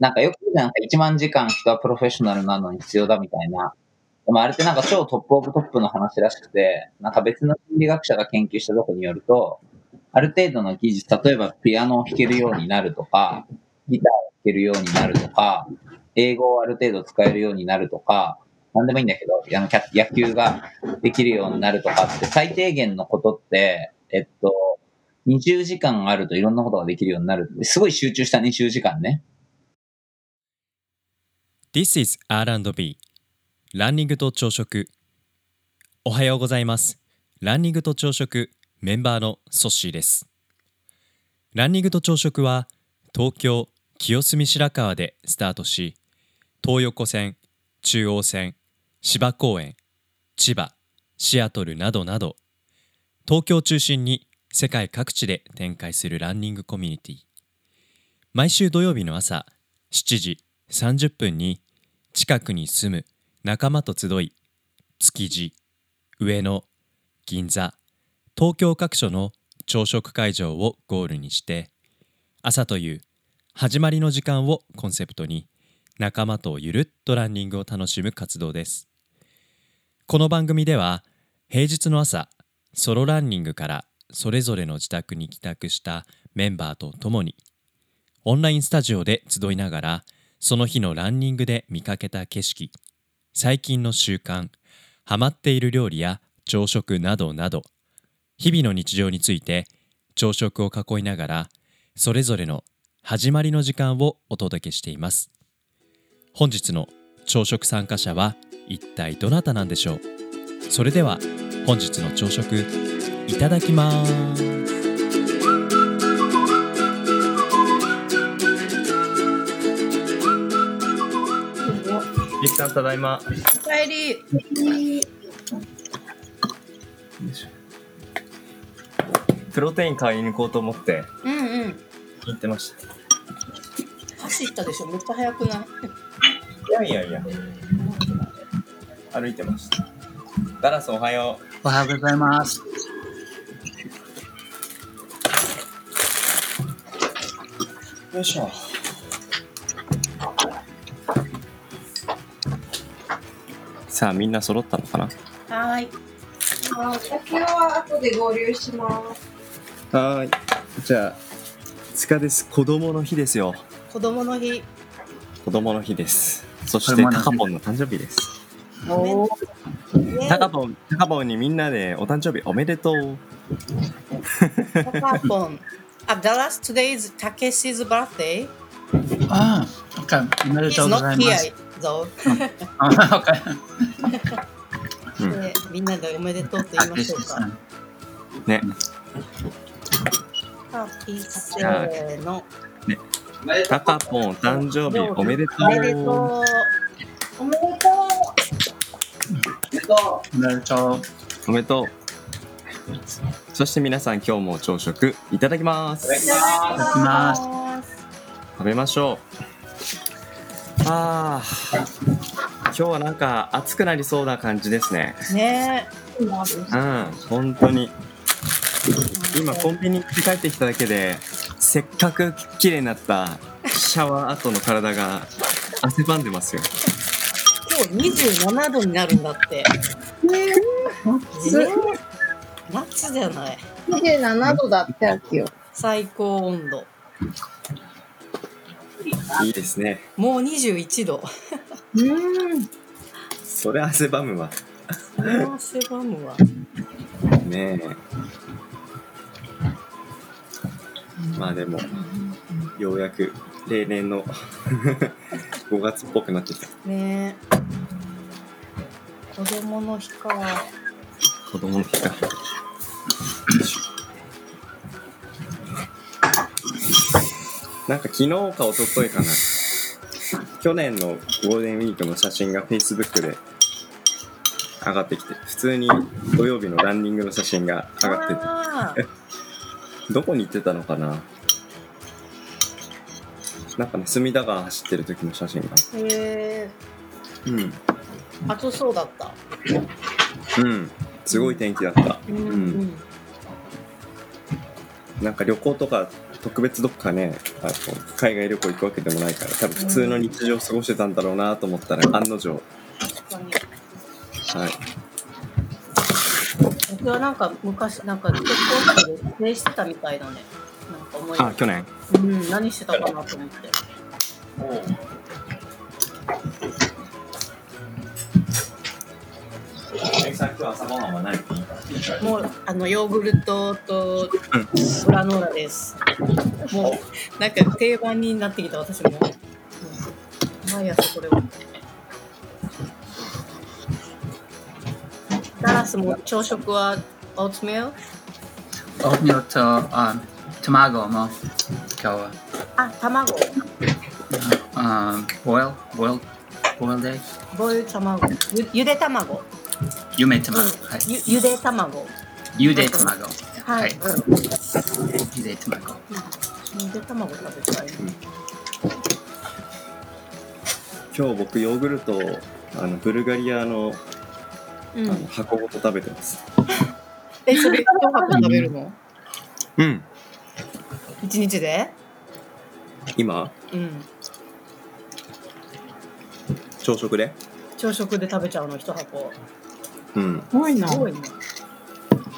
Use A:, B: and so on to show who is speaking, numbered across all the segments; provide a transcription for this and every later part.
A: なんかよく言うじゃん、なんか1万時間人はプロフェッショナルなのに必要だみたいな。でもあれってなんか超トップオブトップの話らしくて、なんか別の心理学者が研究したとこによると、ある程度の技術、例えばピアノを弾けるようになるとか、ギターを弾けるようになるとか、英語をある程度使えるようになるとか、なんでもいいんだけど、あのキャ野球ができるようになるとかって、最低限のことって、えっと、20時間あるといろんなことができるようになる。すごい集中した20時間ね。
B: This is R&B ランニングと朝食おはようございますランニングと朝食メンバーのソッシーですランニングと朝食は東京清澄白河でスタートし東横線中央線芝公園千葉シアトルなどなど東京を中心に世界各地で展開するランニングコミュニティ毎週土曜日の朝7時30分に近くに住む仲間と集い築地上野銀座東京各所の朝食会場をゴールにして朝という始まりの時間をコンセプトに仲間とゆるっとランニングを楽しむ活動ですこの番組では平日の朝ソロランニングからそれぞれの自宅に帰宅したメンバーと共にオンラインスタジオで集いながらその日のランニングで見かけた景色最近の習慣ハマっている料理や朝食などなど日々の日常について朝食を囲いながらそれぞれの始まりの時間をお届けしています本日の朝食参加者は一体どなたなんでしょうそれでは本日の朝食いただきます
C: ゆきさんただいま。
D: おかえり。
C: プロテイン買いに行こうと思って
D: うんうん。
C: 行ってました。
D: 走ったでしょ。めっちゃ速くない。
C: いやいやいや。歩いてました。ガラスおはよう。
E: おはようございます。
C: よいしょ。さあみんな揃ったのかな
D: はーい。
F: あお酒は後で合流します。
C: はーいじゃあ2日です子供の日ですよ
D: 子供の日。
C: 子供の日ですそし
E: こ
C: て
E: れまだ
C: タカポンの誕生日です
D: おお。
C: タカポンタカポンにみんなでお誕生日おめでとう
D: タカポン。あ、Dallas today is Takeshi's birthday.
E: ああ、OK おめでと
D: He's
E: うご
D: not
E: ざいま
D: here
E: す。
D: though.
E: あ、OK
C: うん
D: でみんなでおめでとうと言いましょうか。
C: ね
D: ハッピーせーの。
C: タカポン誕生日おめでとう
D: おめでと
F: おめでとう。
E: おめでとう。
C: おめでとうそして皆さん今日も朝食いただきます
F: いただき
E: ま
F: ますす。
C: 食べましょうあー今日はなんか暑くなりそうな感じですね
D: う。ね
C: うん本当に今コンビニ行って帰ってきただけでせっかく綺麗になったシャワー後の体が汗ばんでますよ
D: 今日27度になるんだって。ね夏じゃない。
F: 二十七度だって秋よ。
D: 最高温度。
C: いいですね
D: もう21度。
F: うん。
C: それ汗ばむわ
D: 汗ばむわ。
C: ねえまあでもようやく例年の 5月っぽくなってきた
D: ねえ子供の日か
C: 子供の日かなんか昨日か一昨日かな去年のゴールデンウィークの写真が Facebook で上がってきて普通に土曜日のランニングの写真が上がってて
D: あー
C: どこに行ってたのかななんかね隅田川走ってる時の写真が
D: へえ
C: うん
D: 暑そうだった
C: うんすごい天気だった
D: うん
C: なんか旅行とか特別どっかねあの海外旅行行くわけでもないから多分普通の日常を過ごしてたんだろうなと思ったら案の定はい
D: 確かに僕はなんか昔なんか結婚式で撮影してたみたいだねなんか思い
C: あ去年
D: うん何してたかなと思ってもうあのヨーグルトとグラノーラですもうなんか定番になってきた私も、うん毎朝これをダラスも朝食はオーツミル
E: Oatmeal とあ卵も今日は
D: あ卵
E: あ boil boil boil day
D: ボイル卵ゆゆで卵
E: ゆめ卵はい
D: ゆゆで卵
E: ゆで卵
D: は、
E: はいい
D: うん
E: ゆで卵
D: ゆで卵食べたいね
C: 今日僕ヨーグルトをあのブルガリアの
D: う
C: あ
D: ん
C: の箱ごと食べてます
D: え、それ一箱食べるの
C: うん
D: 一日で
C: 今
D: うん。
C: 朝食で
D: 朝食で食べちゃうの一箱。
C: うん
G: すごいな
D: すごいね。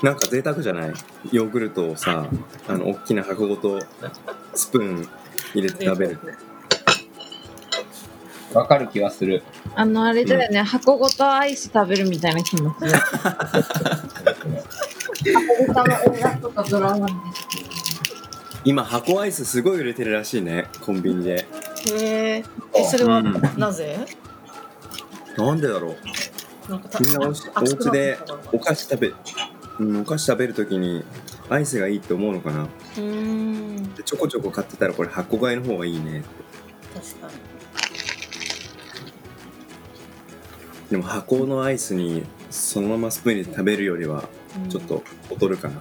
C: なんか贅沢じゃないヨーグルトをさあの大きな箱ごとスプーン入れて食べる
A: わかる気はする。
G: あのあれだよね、箱ごとアイス食べるみたいな気持ち
F: お歌の音楽とかドラマで
C: 今箱アイスすごい売れてるらしいねコンビニで
D: へえ。え、それはなぜ
C: なんでだろう
D: なんかた
C: みんなおうちお
D: 熱く
C: 家
D: な
C: で
D: ってきたから
C: お菓子食べ、うん、お菓子食べるときにアイスがいいって思うのかな
D: うーん。
C: でちょこちょこ買ってたらこれ箱買いの方がいいねって
D: 確か
C: でも箱のアイスにそのままスプーンで食べるよりは
D: に。うん
C: ちょっ。と劣るかな、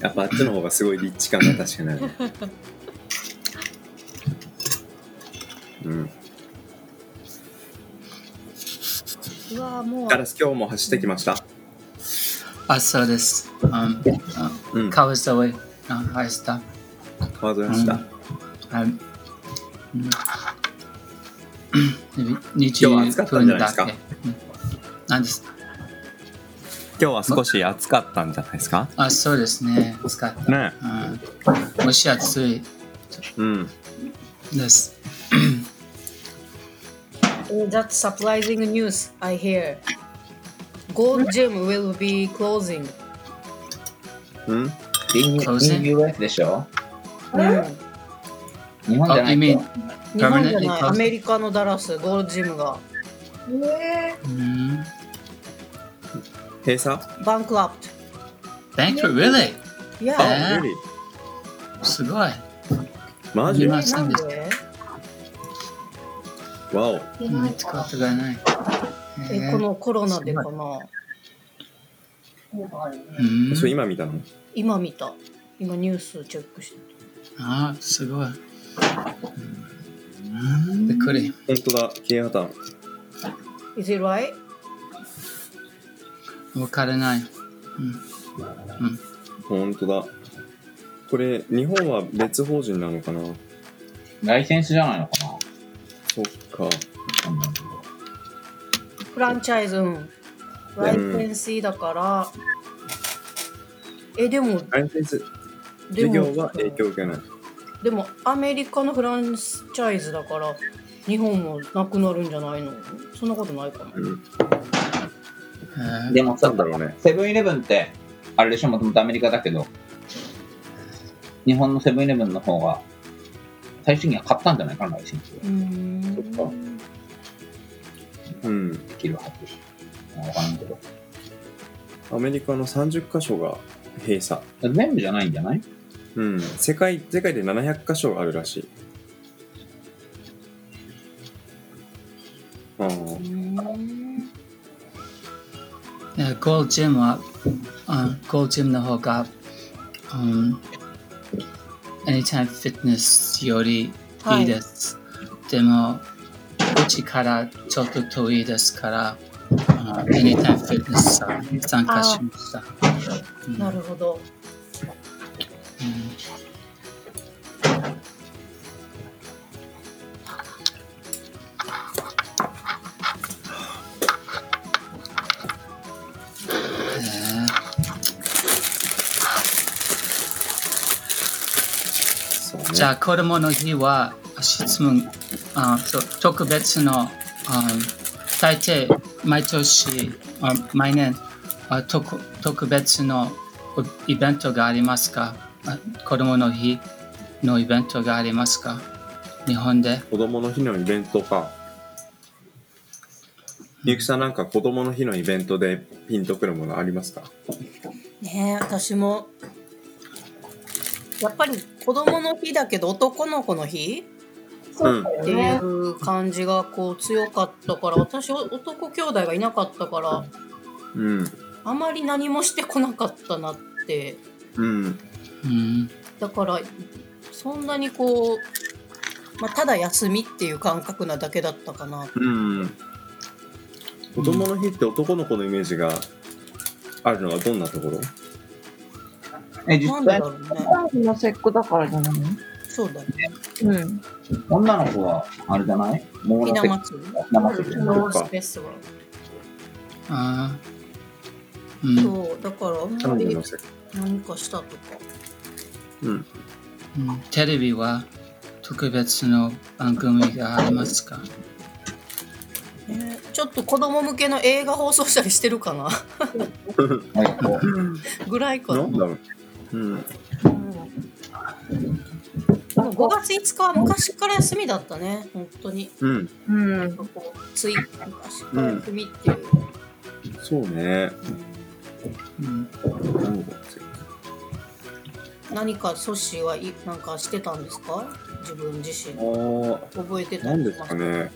C: やっぱあっちの方がすごいリッチ感が確かにあるねうん、
D: うわーもう
C: ガ。ラス今日も走ってきました。
E: あそうですうん
C: うん、
E: 川添あ明日
C: 川沿い走った。
E: うんはい。mm. うん日
C: 今日は暑かったんじゃないですか
E: 分だけうん何です
C: 今日は少し暑かったんじゃないですか。
E: あ、そうですね。暑かった。
C: ね。
E: Uh, うん。蒸し暑い
C: うん。
E: です。
D: Oh, That's surprising news I hear. Gold Gym will be closing.
C: うん。
A: In, in
E: 当然
A: US でしょ
D: うん。
A: 日本じゃ
E: Oh,
A: な
E: you
A: いで
E: mean?
A: し
D: 日本じゃ
E: Permanently
D: ない
E: closed.
D: アメリカのダラスゴールドジムが
F: え
E: うん。
C: 閉鎖。
D: バンクラッ
E: Thank you, really?
D: プいや
C: あ、
E: えー
C: really？
E: すごい。
C: マジ？
E: う
C: わ
E: ん
D: えなんで
C: お。
F: ー、いな
E: 見
F: い
E: つ
F: か
E: かったがない。
D: えこのコロナでかな
E: うん
C: それ今見たの？
D: 今見た今ニュースチェックして
E: あ、すごい。うんびっくり。
C: 本当だ。経営破綻。
D: た Is it right?
E: わからない。
C: 本当だ。これ日本は別法人なのかな。
A: ょライセンスじゃないのかな
C: そっか。
D: フランチャイズうんライセンシーだから、えでも
C: ライセンス
D: で
C: 事
D: も
C: 業は影響を受けない。
D: でもアメリカのフランチャイズだから日本もなくなるんじゃないのそんなことないかな
C: うん。
E: えー
A: でも
C: な
A: さ
C: ん、だろうね。
A: セブンイレブンって、あれでしょ、もともとアメリカだけど、日本のセブンイレブンの方が、最終的には買ったんじゃないかな、ライセンス
D: うーん
A: そっか
C: うん。
A: できるはず。わかんないけど。
C: アメリカの30箇所が閉鎖。
A: 全部じゃないんじゃない
C: うん。世界世界で700箇所あるらしい。ああ。
D: うーん
E: えーゴールジムは、うん、ゴールジムの方が、うん、Anytime Fitness よりいいです。でも、うちからちょっと遠いですから、うん、Anytime Uh, Fitness uh, さ参加しました。うん
D: なるほど
E: う
C: そうね。
E: じゃあ子供の日は質問あと特別のあ大抵毎年あ毎年あ特特別のイベントがありますかあ子供の日のイベントがありますか日本で
C: 子供の日のイベントか。ゆきさんなんか子供の日のイベントでピンとくるものありますか
D: ねえ私もやっぱり子供の日だけど男の子の日
F: そうだよ
D: ってい
F: ね。
D: う感じがこう強かったから私男兄弟がいなかったから
C: うん。
D: あまり何もしてこなかったなって
C: うん。
E: うん
D: だからそんなにこう、まあ、ただ休みっていう感覚なだけだったかな
C: うん。子供の日って男の子のイメージがあるのはどんなところ
A: え、実
D: なんでだ
A: 際、
D: ろうね
G: 男子の節句だからじゃない
D: そうだね
G: のうん。
A: 女の子は、あれじゃないもう
D: ひ
A: な
D: な
A: せ
D: 祭り
A: ひな祭り。
C: そっ
D: ス
C: か
D: ペースは
E: あーうん
D: そうだからあん
C: 彼
D: ま
C: 女
D: り
C: のせ
D: 何かしたとか
C: うん。
E: うんテレビは特別の番組がありますか
D: ねちょっと子供向けの映画放送したりしてるかな
A: はいこう
D: ぐらいかな
C: なんだろう。うん。
D: でも5月5日は昔から休みだったね本当に
C: うん。
G: うん。
D: こうつい昔から休みっていう、
C: そうね。
E: うん
C: なんだろう
D: 何かソッシーはいなんかしてたんですか自分自身
C: あ
D: 覚えて
C: あ、
D: た
C: なん
D: ん
C: ですかね。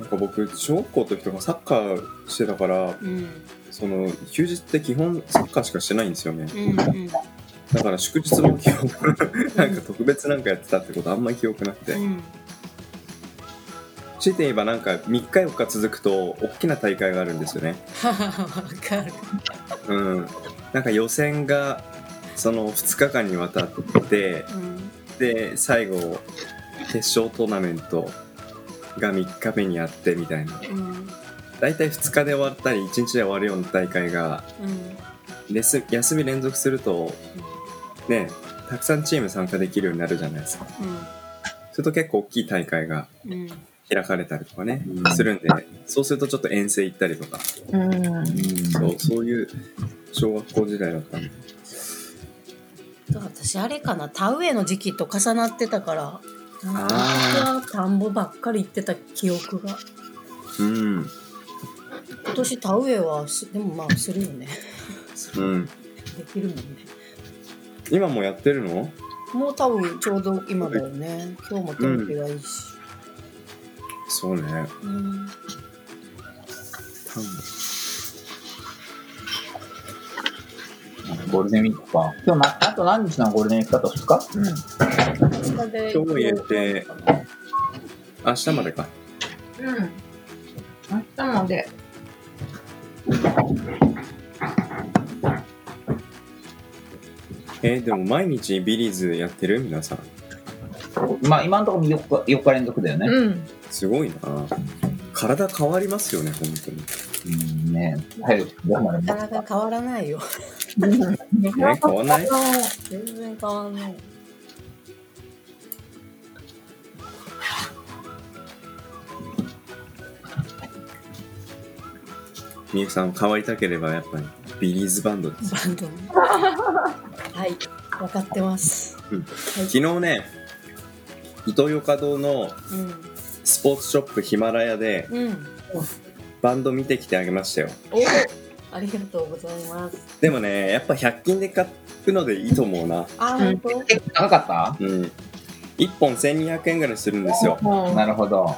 C: なんか僕、小学校の時とかサッカーしてたから、
D: うん
C: その、休日って基本サッカーしかしてないんですよね。
D: うんうん
C: だから祝日も記憶、なんか特別なんかやってたってことあんまり記憶なくて
D: う。ん
C: 強いて言えばなんか3日4日続くと、大きな大会があるんですよね。
D: わかる
C: うん。なんか予選が、その2日間にわたって、
D: うん
C: で最後決勝トーナメントが3日目にあってみたいな
D: うん
C: 大体2日で終わったり1日で終わるような大会が
D: うん
C: です休み連続するとねたくさんチーム参加できるようになるじゃないですかすると結構大きい大会が
D: うんうん
C: 開かれたりとかね
A: うん
C: するんでそうするとちょっと遠征行ったりとか
G: うん。
C: そうそういう小学校時代だったんで
D: だから私あれかな田植えの時期と重なってたからなんか
C: あ
D: 私は田んぼばっかり行ってた記憶が
C: うん
D: 今年田植えはしでもまあするよね
C: うん
D: できるもんね
C: 今もやってるの
D: もう多分ちょうど今だよね今日も天気がいいし、
C: そうね
D: うん
C: 多分
A: ゴールデンウィークか。今日な、あと何日なのゴールデンウィークだと2日
D: 今日
C: 今日入れて明日までか
F: うん。明日まで。
C: えーでも毎日ビリーズやってる皆さん
A: まあ、今のところ4日 ,4 日連続だよね。
G: うん。
C: すごいな体変わりますよね本当に
A: うん、ね体力どうなる
D: な
A: の
D: かなか変わらないよ
C: ね変わんない
D: 全然変わ らない
C: みゆきさん変わりたければやっぱりビリーズバンドです
D: バンドもはい分かってます
C: 昨日ねイトーヨカドーの
D: うん
C: スポーツショップヒマラヤで
D: うん
C: バンド見てきてあげましたよ
D: おありがとうございます
C: でもねやっぱ100均で買うのでいいと思うな
D: あ
G: うん
D: 本当
A: え高かっ
C: うん1本1200円ぐらいするんですよ
A: たなるほど。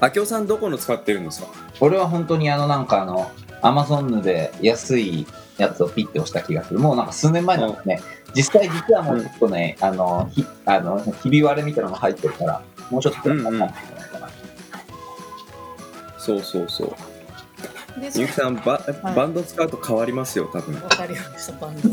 C: あきおさんどこの使ってるんですか
A: 俺は本当にあの、なんかあの、アマゾンで安いやつをピッて押した気がする。もうなんか数年前なんですね。実際、実はもうちょっとね、あの、ひあのひび割れみたいなのが入ってるから、もうちょっと
C: うんうん
A: わかんないんじゃないかな
C: そうそうそう
D: で
C: みゆきさんバ
D: はい
C: バンド使うと変わりますよ多分
D: わかりましたバンド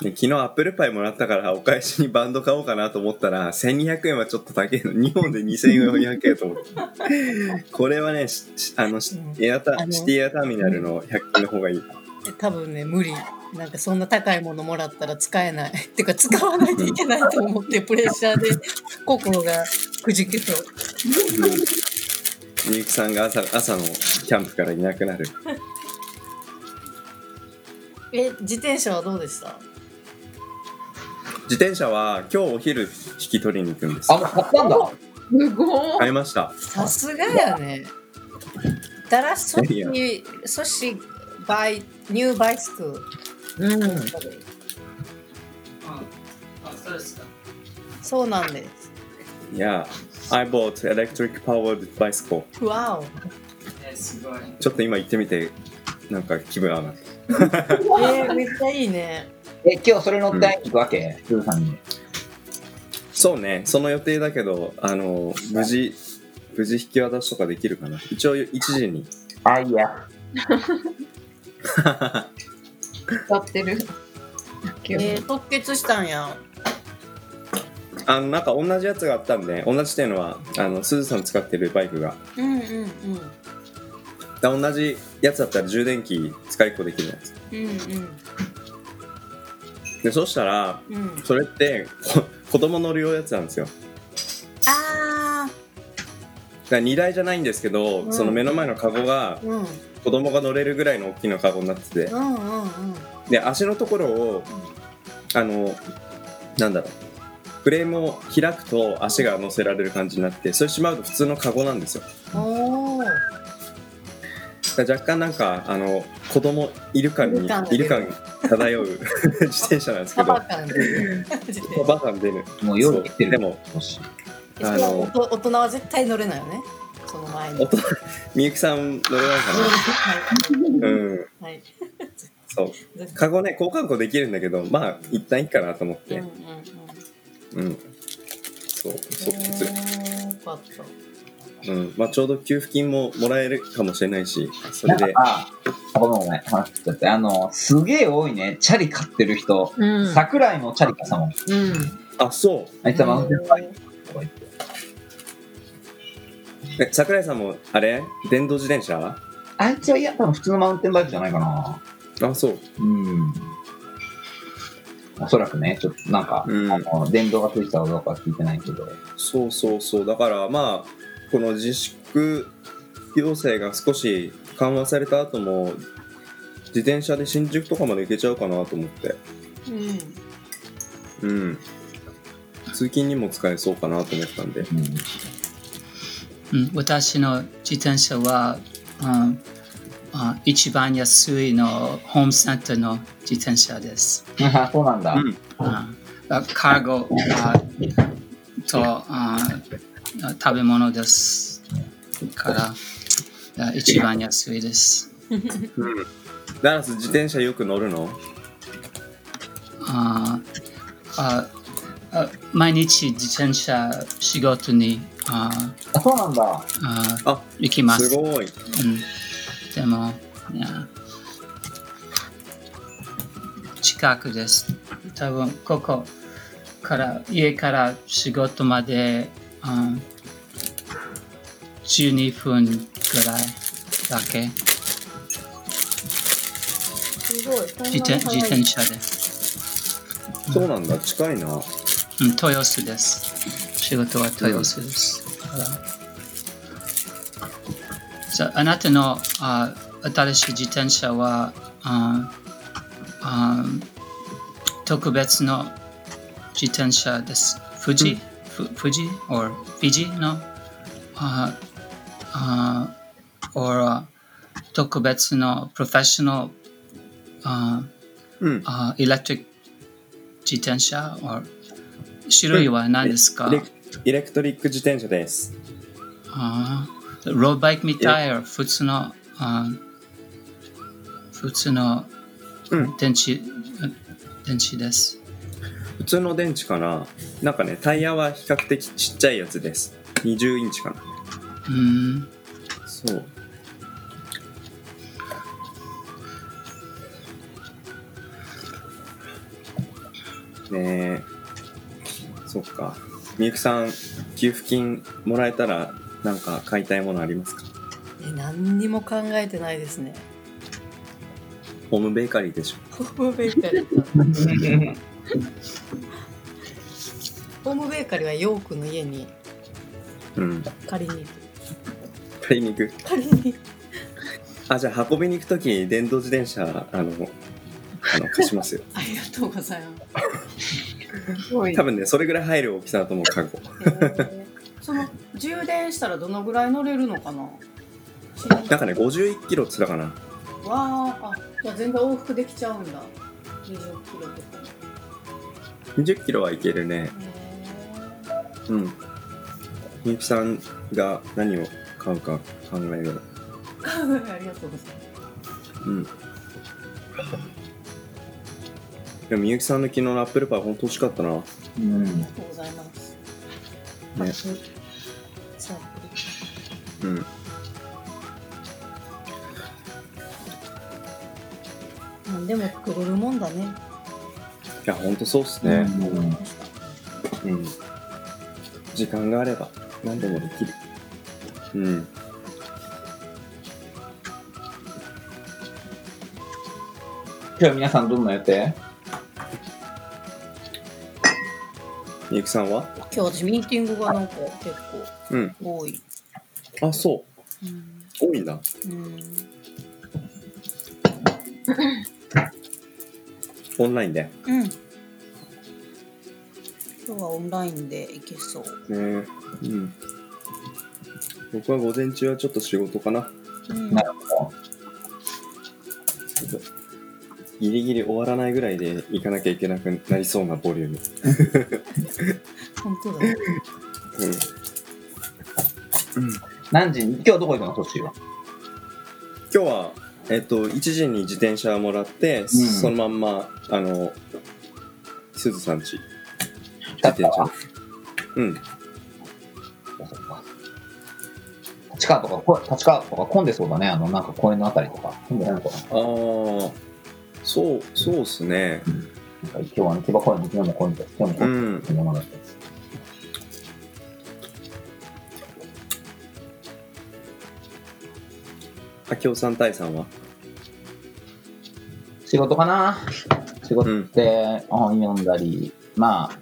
C: で昨日アップルパイもらったからお返しにバンド買おうかなと思ったら1200円はちょっと高いの2本で2400円と思ってこれはねししあのし
D: うん
C: エアタ
D: あの
C: シティエアターミナルの100均の方がいい
D: 多分ね無理なんかそんな高いものもらったら使えない っていうか使わないといけないと思ってプレッ シャーで心がくじけそう
C: みゆきさんが朝朝のキャンプからいなくなる
D: え自転車はどうでした
C: 自転車は今日お昼引き取りに行くんです
A: あ、もう買ったんだ。
G: すごい。
C: 買いました
D: さすがやねだらそ
C: いや
D: しそしバイニューバイスク
G: うん。
D: そうなんです
C: いや I bought electric powered bicycle
D: わお
C: ちょっと今行ってみてなんか気分上がった
D: えー、めっちゃいいね
A: え、今日それ乗って会いに行くわけ、ふうさんに。
C: そうねその予定だけどあの無事無事引き渡しとかできるかな一応1時に
A: あ、いいや。
G: 歌ってる。
D: えー、即決したんや
C: あのなんか同じやつがあったんで同じっていうのはあのすずさん使ってるバイクが
D: うんうんうん
C: だ同じやつだったら充電器使いっこできるやつ
D: うん
C: でそしたら
D: うんうん
C: それってこ子供乗るようやつなんですよ
D: あ
C: だから荷台じゃないんですけど、
D: うん
C: その目の前のカゴが
D: ーうん
C: 子供が乗れるぐらいの大きなカゴになってて
D: うんうんうん
C: で足のところをあのなんだろうフレームを開くと足が乗せられる感じになってそれしまうと普通のカゴなんですよ
D: おお
C: だから若干なんかあの子供いる感にい
D: い
C: る
D: る
C: 感漂う 自転車なんですけ
D: パ
C: ど
D: パ感で
C: パパ感出る
A: もう夜行
C: そ
A: っ
C: う
A: てる。
C: でも
D: え それはおと大人は絶対乗れないよねその前に
C: 大人みゆきさん乗れないか
D: は
C: なうん
D: いはい
C: そう
D: 絶対
C: カゴね交換庫できるんだけどまあ一旦いいかなと思っ
D: うん
C: て
D: うんうん
C: うんそうそう
D: えーよかった
C: うんまあ、ちょうど給付金ももらえるかもしれないしそ
A: な
C: れ
A: んか
C: で
A: さ、あごめんごめん、話しちゃって。あの、すげえ多いね。チャリ買ってる人。
G: うん。
A: 桜井のチャリかさもん。
G: うん。
C: あそ
A: あいつはマウンテンバイクとか言って。
C: うえ桜井さんもあれ電動自転車
A: あいつはいや、多分普通のマウンテンバイクじゃないかな。
C: あそう
A: うん。おそらくね、ちょっとなんか、
C: うん
A: あの電動がついてたかどうかは聞いてないけど。
C: そうそうそうだからまあこの自粛要請が少し緩和された後も自転車で新宿とかまで行けちゃうかなと思って
D: うん
C: うん通勤にも使えそうかなと思ったんで
A: うん。
E: うん私の自転車は、うんあ一番安いのホームセンターの自転車です。
A: あそうなん だ。
C: うん
E: うんあカーゴあとあ食べ物ですからあ一番安いです。
C: ダラス自転車よく乗るの
E: あああ毎日自転車仕事にあ
A: あ、そうなんだ。
E: あ
C: あ
E: 行きます。
C: すごい
E: うん、でも、いや近くです。多分ここから家から仕事まで、うん、12分ぐらいだけ
D: すごいそんなに
E: 自転
D: 早い
E: 自転車で、
C: そうなんだ近いな
E: うん、豊洲です。仕事は豊洲です。からじゃああなたのあ新しい自転車はああ特別の自転車です。富士、ふ富士 or フィジーのああ or uh, 特別のプロフェッショナルあ
C: うん
E: あエレクトリック自転車 uh, or 種類は何ですか、
C: エレクエレクトリック自転車です
E: ああ、ロードバイクみたいな普通の、あ普通の
C: うん
E: 電池、電池です。
C: 普通の電池かななんかねタイヤは比較的ちっちゃいやつです20インチかな
E: うん、
C: そうねえそっかみゆきさん給付金もらえたらなんか買いたいものありますか
D: え何にも考えてないですね
C: ホームベーカリーでしょ
D: ホームベーカリー。ホームベーカリーはヨークの家に
C: うん
D: 借りに行く。
C: 買いに行く
D: 借りに行く。
C: あじゃあ運びに行く時に電動自転車あのあの貸します よ
D: ありがとうございます。
G: すごい
C: 多分ねそれぐらい入る大きさだと思う看護
D: へーその充電したらどのぐらい乗れるのかな。知らん
C: なんかね51キロっつったかな
D: わあ、あ、じゃあ全然往復できちゃうんだ。20キロとか。
C: 20キロはいけるね
D: へ
C: うんみゆきさんが何を買うか考えよう
D: ー ありがとうございます。
C: うんでもみゆきさんの昨日のアップルパイ本当美味しかったなね
A: うん
D: ありがとうございます。そう。
C: うん
D: 何でも作れるもんだね。
C: いや本当そうっす
A: う
C: ね
A: ん
C: うん時間があれば何でもできるうん
A: 今日は皆さんどんな予定
C: みゆきさんは
D: 今日私ミーティングがなんか結
C: うん
D: 構多い。
C: あそう
D: うん。
C: 多いんだ
D: うん。
C: オンラインで
D: うん。今日はオンラインで行けそう。
C: ねうん僕は午前中はちょっと仕事かな
D: うん
A: なるほど。
C: ギリギリ終わらないぐらいで行かなきゃいけなくなりそうなボリューム
D: 本当だね。
C: うん、うん、今
A: 何時に今日どこ行くの途中は。
C: 日はえっと1時に自転車もらって、そのまんまあのすずさんち自転車うん
A: 立川とかこ、立川とか混んでそうだね。あの、なんか公園のあたりとか。混んでないのかな
C: ああそうそうっすね
A: なんか今日はね、千葉公園も昨日も混んでたし、今日も
C: う
A: 混んで
C: ん
A: たし、昨日も混んでたし
C: あきおさんたいさんは
A: 仕事かな仕事って本読んだり、まあ、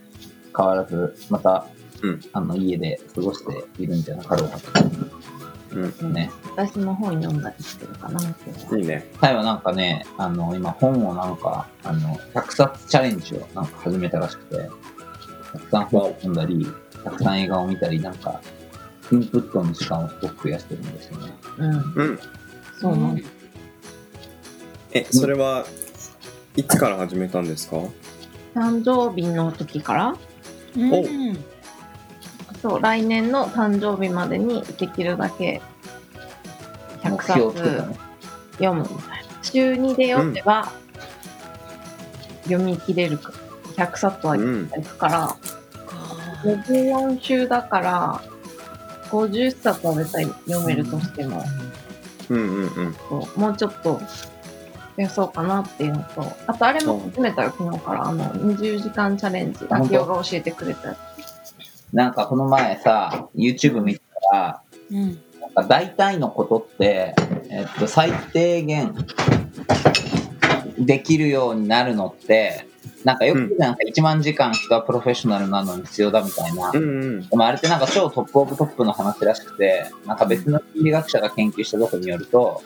A: 変わらず、また、
C: うん
A: あの、家で過ごしているんじゃなかろうかと。
C: うん
A: ね。
G: 私も本読んだりしてるかな今日はい
C: いね
A: タイはなんかね、あの、今本をなんか、あの、100冊チャレンジをなんか始めたらしくて、たくさん本を読んだり、たくさん映画を見たり、なんか、インプットの時間をすごく増やしてるんですよね。
G: うん
C: うん
G: そうなんです
C: えそれはいつから始めたんですか
G: 誕生日の時から
D: うん
C: お
G: そう来年の誕生日までにできるだけ100
A: 目標をつけた
G: 冊
A: ね。
G: 読むみたいな週2で読めば、読み切れるか100冊は
C: うん
G: いくから、
D: か
G: 54週だから50冊は絶対読めるとしても、
C: うんうんうん
G: そうもうちょっと増やそうかなっていうのとあとあれも始めたよ昨日からあの20時間チャレンジ
A: 本当
G: 秋代が教えてくれたや
A: なんかこの前さ、YouTube 見てたら、
D: うん。
A: なんか大体のことって、えっと、最低限できるようになるのってなんかよくなんか1万時間人はプロフェッショナルなのに必要だみたいな、
C: う
A: で
C: んうん
A: もあれってなんか超トップオブトップの話らしくてなんか別の心理学者が研究したとこによると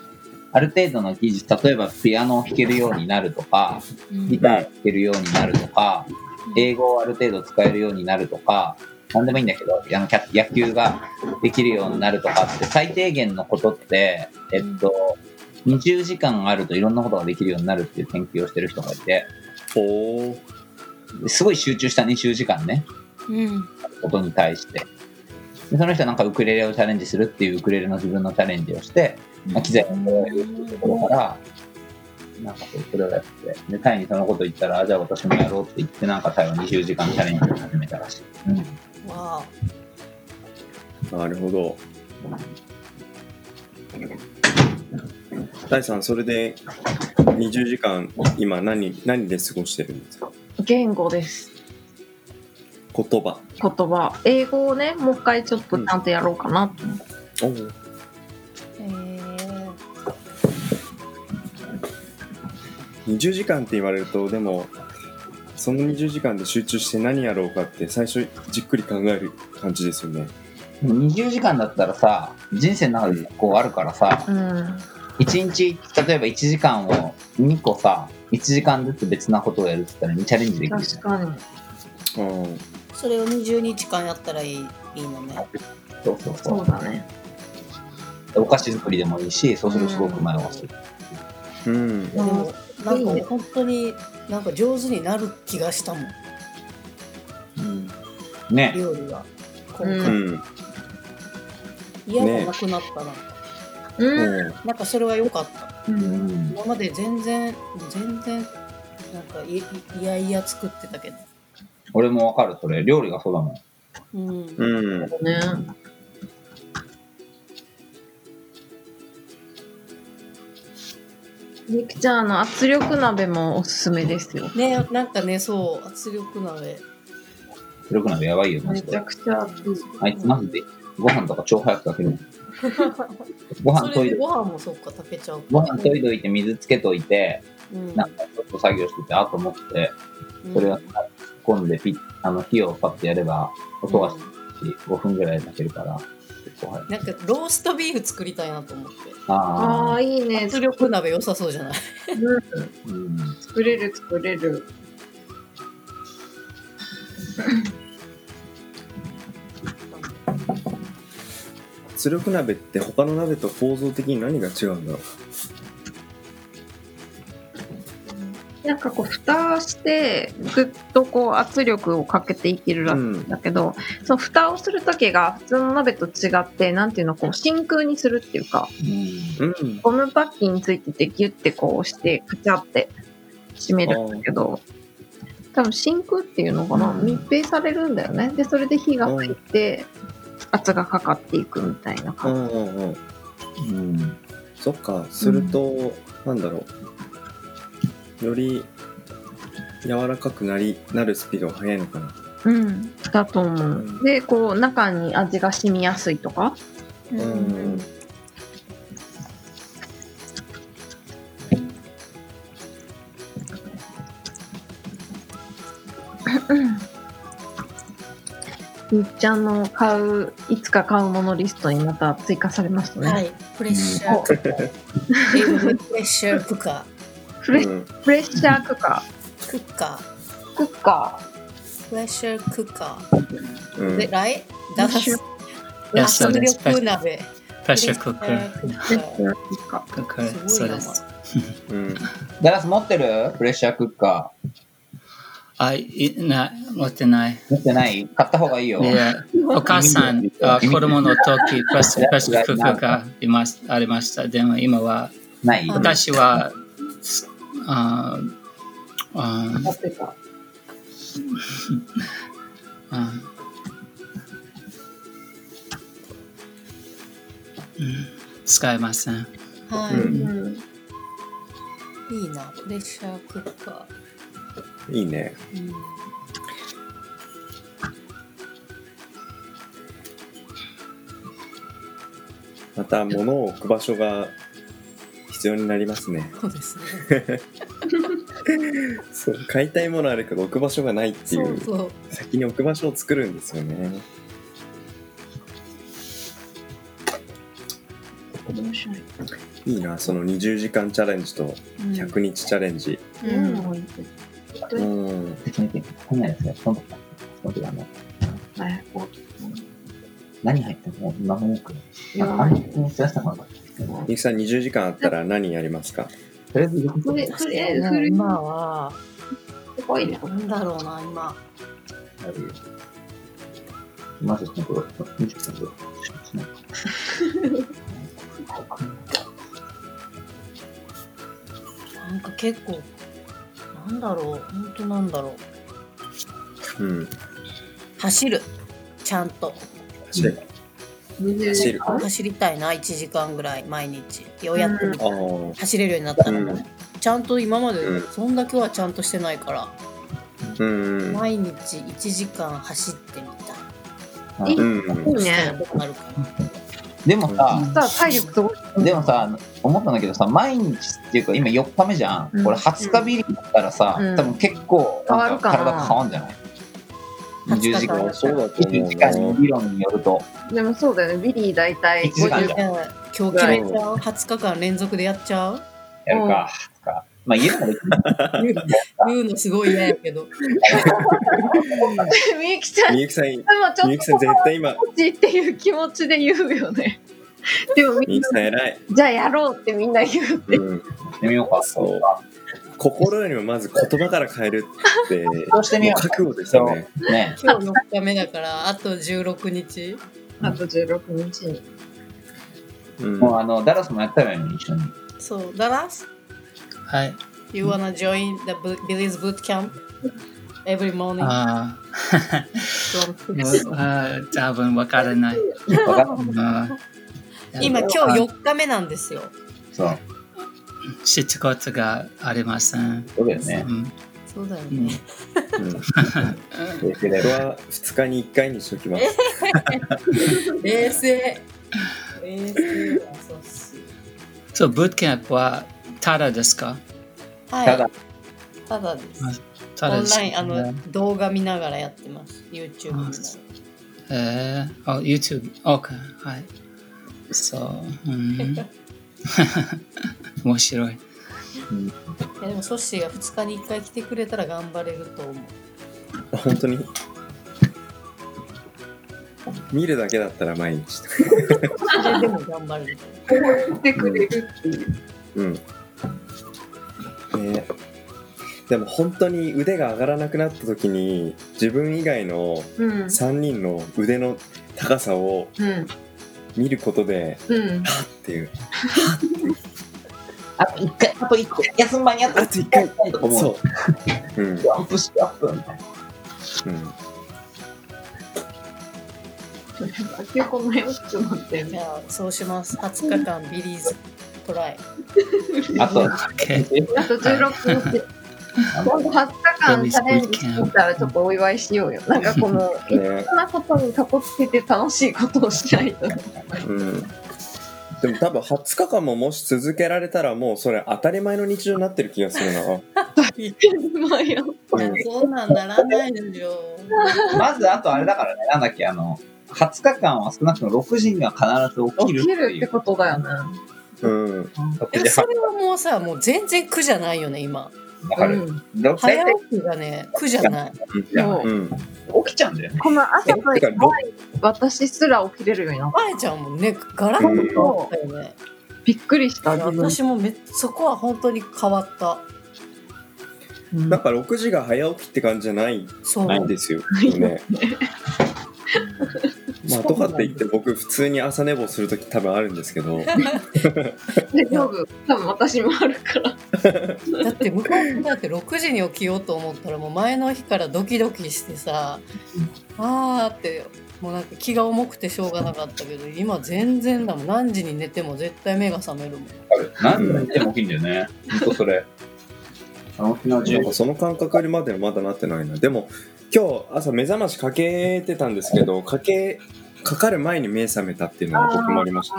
A: ある程度の技術例えばピアノを弾けるようになるとかギターを弾けるようになるとか、英語をある程度使えるようになるとか、なんでもいいんだけど、あのキャ野球ができるようになるとかって、最低限のことって、えっと、20時間あるといろんなことができるようになるっていう研究をしてる人がいて、
C: ほう
A: すごい集中した20時間ね、
D: うん。
A: ことに対して。でその人はなんかウクレレをチャレンジするっていうウクレレの自分のチャレンジをして、まあ、機材を揃えるっていうところから、なんかこうそれをやって、で、タイにそのこと言ったら、あじゃあ私もやろうって言って、なんかタイは20時間チャレンジを始めたらしい。
D: わあ。
C: なるほど。大さん、それで20時間、今何、何で過ごしてるんですか
G: つ言語です
C: 言葉。
G: 言葉英語をねもう一回ちょっとちゃんとやろうかなと思って、
C: おう
D: えー
C: 20時間って言われるとでもその20時間で集中して何やろうかって最初じっくり考える感じですよね
A: でも20時間だったらさ人生の中で結構あるからさ
G: うん。
A: 1日例えば1時間を2個さ1時間ずつ別なことをやるって言ったら2チャレンジできるじ
G: 確かに。
C: あー
D: それを20日間やったらいいいいのね。
A: ゃんそうそうそ
G: そう
A: う
G: だね。
A: お菓子作りでもいいしそうするとすごく迷わせる
C: うん
D: でもなん
G: いい
D: か
G: ね
D: 本当になんか上手になる気がしたもん
A: ね
D: 料理が。今
C: う
D: 回
C: ん
D: 嫌がなくなったな。
C: う
G: うん。
C: ん
D: なんかそれは良かった。
A: うん
D: 今まで全然全然なんかいいいやいや作ってたけど。
A: 俺もわかるそれ料理がそうだもん
D: うん。
C: うん
G: ね。ゆきちゃん、あの圧力鍋もおすすめですよ。
D: ねなんかねそう圧力鍋。
A: 広くなるやばいよマ
G: め
A: ジ
G: ち
A: で
G: ゃくちゃ熱い。
A: あいつマジでご飯とか超早く炊けるご
D: そ
A: 飯
D: れ
A: 研い
D: で
A: で
D: ご飯もそっか炊けちゃう。
A: ご飯研いどいて水つけといて
D: うん。
A: なんかちょっと作業しててあと思ってそれは突っ込んでピッあの火をパッてやれば音がし5分ぐらいで炊けるから結構早い
D: なんかローストビーフ作りたいなと思って。
A: あ
G: あ
A: あ
G: あ、いいね。
D: 圧力鍋良さそうじゃない。
A: うん
G: 作れる、作れる。
C: 圧力鍋って他の鍋と構造的に何が違うんだろ
G: なんかこう、蓋して、ずっとこう圧力をかけていけるら
C: う、
G: しいんだけど、その蓋をする時が普通の鍋と違って、なんていうの、こう真空にするっていうか、
A: うん
C: うんうん
G: ゴムパッキンについててギュッてこう押して、カチャって閉めるんだけど、多分真空っていうのかな、
A: うん
G: 密閉されるんだよね。で、それで火が入って、圧がかかっていくみたいな
C: う
G: 感じ。
C: んうんうん
A: うん
C: そっかすると、なんだろうより柔らかくなりなるスピードが速いのかな
G: うん、だと思う。で、こう、中に味が染みやすいとか。
C: うんうん
G: ゆっちゃんの買う、いつか買うものリストにまた追加されましたね。
D: はい、プレッシャークカー。英語でプレッシャークカ
G: フレ
C: うん
G: プレッシャークカ
D: ー。クッカ
G: ー。クッカ
D: ー。プレッシャークカー。
C: うん
D: で、来ダンス。
E: Yes, so
D: 圧
E: that's
D: 力鍋。
E: pressure cooker.
D: プレッシャ
G: ー。プレ
D: ー
G: ッ
D: ク
G: シャークッカー。
D: カ
E: Cooker.
D: ーすご
E: So
D: いな。
E: that's
C: うん
A: ガラス持ってるプレッシャークッカ
E: I eat not what did I?
A: ー持ってない買った方がいいよ
E: Yeah. お母さん、あ子供の時、プラスプラスクックがいますありました。でも今は、
A: ない
D: うん
E: 私は、すあーあー
G: 持ってた。
E: あーうん使えません。
D: は
C: う
G: うんん。
D: い。いいな、プレッシャークッカ
C: いいね
D: ー。うん
C: また物を置く場所が必要になりますね
D: そうですね。
C: そう買いたいものあるけど置く場所がないってい
D: そう
C: う
D: そう。
C: 先に置く場所を作るんですよね
G: 面白い。
C: いいなその20時間チャレンジと100日チャレンジ
D: うん
G: うん。
C: うん
A: 決めてこんなんやつやそんなそんなの
G: はい
A: 何入ってんの今も多く
G: い
A: な
G: や
A: んかあんまり気にしだした方がいい
C: ゆきさん20時間あったら何やりますか
A: とりあえず横
G: と
A: に
G: りとりあえず、
D: も
G: フ
D: う
G: ル
D: 今は、
G: すごいね。
D: なんだろうな、今。
A: あるよまずちょっと20分で
D: なんか結構、なんだろう、本当なんだろう。
C: うん
D: 走る。ちゃんと。
C: 走る走るあ
D: 走りたいな1時間ぐらい毎日ようやっと
C: あー
D: 走れるようになったら、
C: うん
D: ちゃんと今まで
C: うん
D: そんだけはちゃんとしてないから、
C: うんうん
D: 毎日1時間走ってみたい
A: うん
G: いい
C: うん
G: ね。
D: そうなるから
A: でもさ、
G: さあ、体力どう
A: でもさ、思ったんだけどさ、毎日っていうか、今4日目じゃん。
G: うん
A: これ20日ビリだったらさ、
G: うん
A: 多分結構なんか
G: 変わるかな
A: 体変わんじゃない
D: 20
A: ?20 時間
D: 変わ。る
C: そうだと思
A: 1
C: う
A: 時間の
C: ね。
A: 理論によると。
G: でもそうだよね、ビリー大体
A: 一時間
G: 50
A: じゃん
D: じゃあ今日決めちゃう20日間連続でやっちゃう
A: やるか。かまあ、家でもできる
D: 言うのすごい嫌やけど
G: みゆきちゃん、
C: みゆきさん、み
G: 今ちょっ
C: ゆ
G: と
C: きさん絶対今、
G: 欲しいっていう気持ちで言うよね。でもみ
C: みゆ
G: ん
C: きさ
G: な、
C: ん偉い。
G: じゃあやろうってみんな言う。
C: うん。
A: してみようか。
C: そう心よりもまず言葉から変えるって、 も
A: そうしてみ
C: う
A: よう。
C: 覚悟でしたね。
A: ね。
D: 今日4日目だからあと16日
G: あと16日に。
C: うん。
A: もうあの、ダラスもやったよね、 一緒に。
D: そうだな
E: Hi.
D: You wanna join the Bu- Billy's boot camp every morning
E: Ah.
D: from
E: わ多分わからない。
A: わかっ
E: あー
D: 今今日
E: あ
D: 4日目なんですよ
A: たそう。
E: 知ったことがありません。
A: そうだよね
E: う。ん
D: そうだよ
E: うん
D: ね
C: うん
A: そうしてれ
C: 僕
A: ば
C: は2日に1回にしときます。
D: 冷静冷静だそうっす
E: そう、ブートキャンプはただですか
D: はい
A: ただ、
D: ただです
E: た
D: オ
E: だ
D: ン
E: です
D: ラインあの動画見ながらやってます YouTube 見ながら
E: えー、あ、YouTube。OK。はい。そう。うん、 面白い。
D: いやでもソッシーが2日に1回来てくれたら頑張れると思う
C: 本当に。見るだけだったら毎日。
D: それでも頑張れると思う
G: てくれるっていう。
C: うん。ねえでも本当に腕が上がらなくなった時に自分以外の
G: うん。
C: 3人の腕の高さを
G: うん。
C: 見ることで
G: うん。
C: っていう
A: あと一回、あと一個、休む間にあと
C: あと一回
A: とか思う。
C: そううん、
A: アップしてアップみたいな。
C: うん、
G: 結構迷っちゃって
D: じゃあそうします20日間ビリーズトライ
A: あと、
E: OK。
G: あと16日。今度20日間チャレンジしてたらちょっとお祝いしようよ。なんかこの、いろ
C: ね
G: んなことにかこつけて楽しいことをしないと。
C: うん、でも多分20日間ももし続けられたらもうそれ当たり前の日常になってる気がするな、
G: まあよ
C: うん
D: いやそんなんならないでしょ
A: まずあとあれだからね、なんだっけ、あの、20日間は少なくとも6時には必ず起き
G: 起
A: る
G: き
A: って
G: るっ
A: い
G: て
A: う。
G: ことだよね。
C: うん、
D: でもそれはもうさもう全然苦じゃないよね今
A: わか
G: う
A: る。
G: ん。
A: 大
D: 早
A: 体
D: 起きがね苦じゃない
G: そう
C: うん、
A: 起きちゃうんだよね。
G: この朝の
C: てかろ
G: 私すら起きれるようになっ
D: あえちゃんもねガラッ
C: うん
D: と変わったよね
G: た。びっくりした。
D: いや
G: 自分
D: 私もめそこは本当に変わった
G: うん
C: なんか6時が早起きって感じじゃない
D: そう
C: ないんですよ
G: い
C: ね。ま
D: そうなん
C: あ
D: です
C: とかって言って僕普通に朝寝坊する時多分あるんですけど、
G: 大丈夫。多分私もあるから。
D: だって向こうだって6時に起きようと思ったらもう前の日からドキドキしてさあーってもうなんか気が重くてしょうがなかったけど今全然だもん何時に寝ても絶対目が覚めるもん
A: 何時にでも起きるんだよね。ほんとそれ。あの日の
C: な
A: 10
C: んかその感覚にまではまだなってないな。でも今日朝目覚ましかけてたんですけど、かけかかる前に目覚めたっていうのが僕もありました。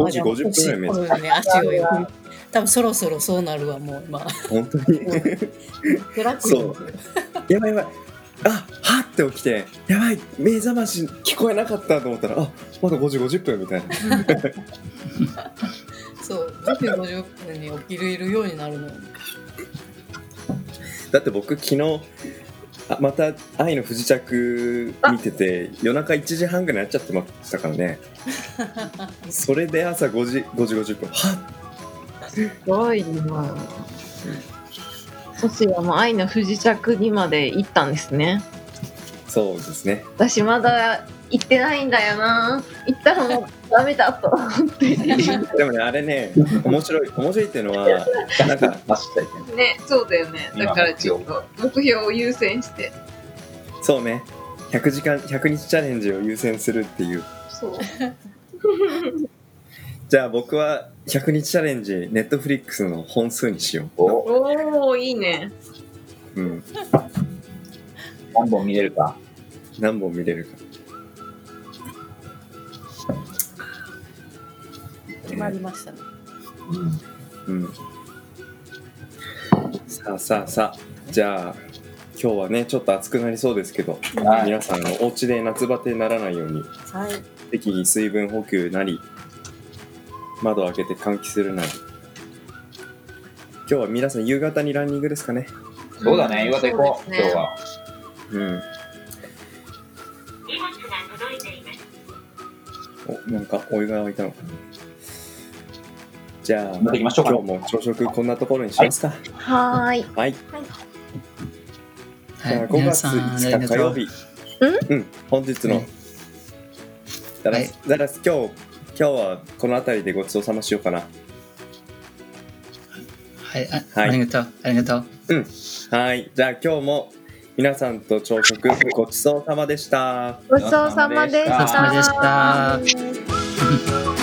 C: 5時50分ぐらい目覚め
D: ね足をよく多分そろそろそうなるわもう今
C: た。本当に
D: 暗く
C: そうやばいやばい。あはって起きてやばい目覚まし聞こえなかったと思ったらあまだ5時50分みたいな。
D: そう5時50分に起きれるようになるのよ
C: だって僕昨日あまた「愛の不時着」見てて夜中1時半ぐらいになっちゃってましたからねそれで朝5時 ,5 時50分はっ
G: すごいな。ソシアも愛の不時着にまで行ったんですね。
C: そうですね
G: 私まだ行ってないんだよな。行ったらもうダメだと思って。
C: でもねあれね面白い面白いっていうのはなんか
A: 出したいけど
G: ね、そうだよね。だからちょっと目標を優先して。
C: そうね100時間100日チャレンジを優先するっていう
G: そう。
C: じゃあ僕は100日チャレンジネットフリックスの本数にしよ
A: お
G: おおいいね。
C: う、うん、
A: 何本見れるか。
C: 何本見れるか
D: まりましたね。
A: うん
C: うん。さあさあさあ、じゃあ、今日はね、ちょっと暑くなりそうですけど、
A: はい
C: 皆さん、あのお家で夏バテにならないように、
D: はい。
C: 適宜水分補給なり、窓を開けて換気するなり。今日は皆さん、夕方にランニングですかね。
A: そうだね、夕方行こう、
G: そうです
A: 今
G: ね
A: 日は。
C: うん。お、なんかお湯が沸いたのかな。じゃあ、
A: 持ってきましょうか
C: 今日も朝食こんなところにしますか。
G: はーい。
C: はい。
E: は
C: じゃあ
E: い、
C: 5
E: 皆
C: 月
E: さんあり
C: 5日
E: が
C: 火
E: と
C: 曜
E: う。
C: 日。うん、本日の。ザラス、ザラス、今日、今日はこの辺りでごちそうさましようかな。は
E: はい、あ
C: はい
E: ありがとう、ありがとう。
C: ーい、じゃあ、今日も皆さんと朝食ごちそうさまでした。
G: ごちそうさまでし。
A: ごちそうさ
E: までしたた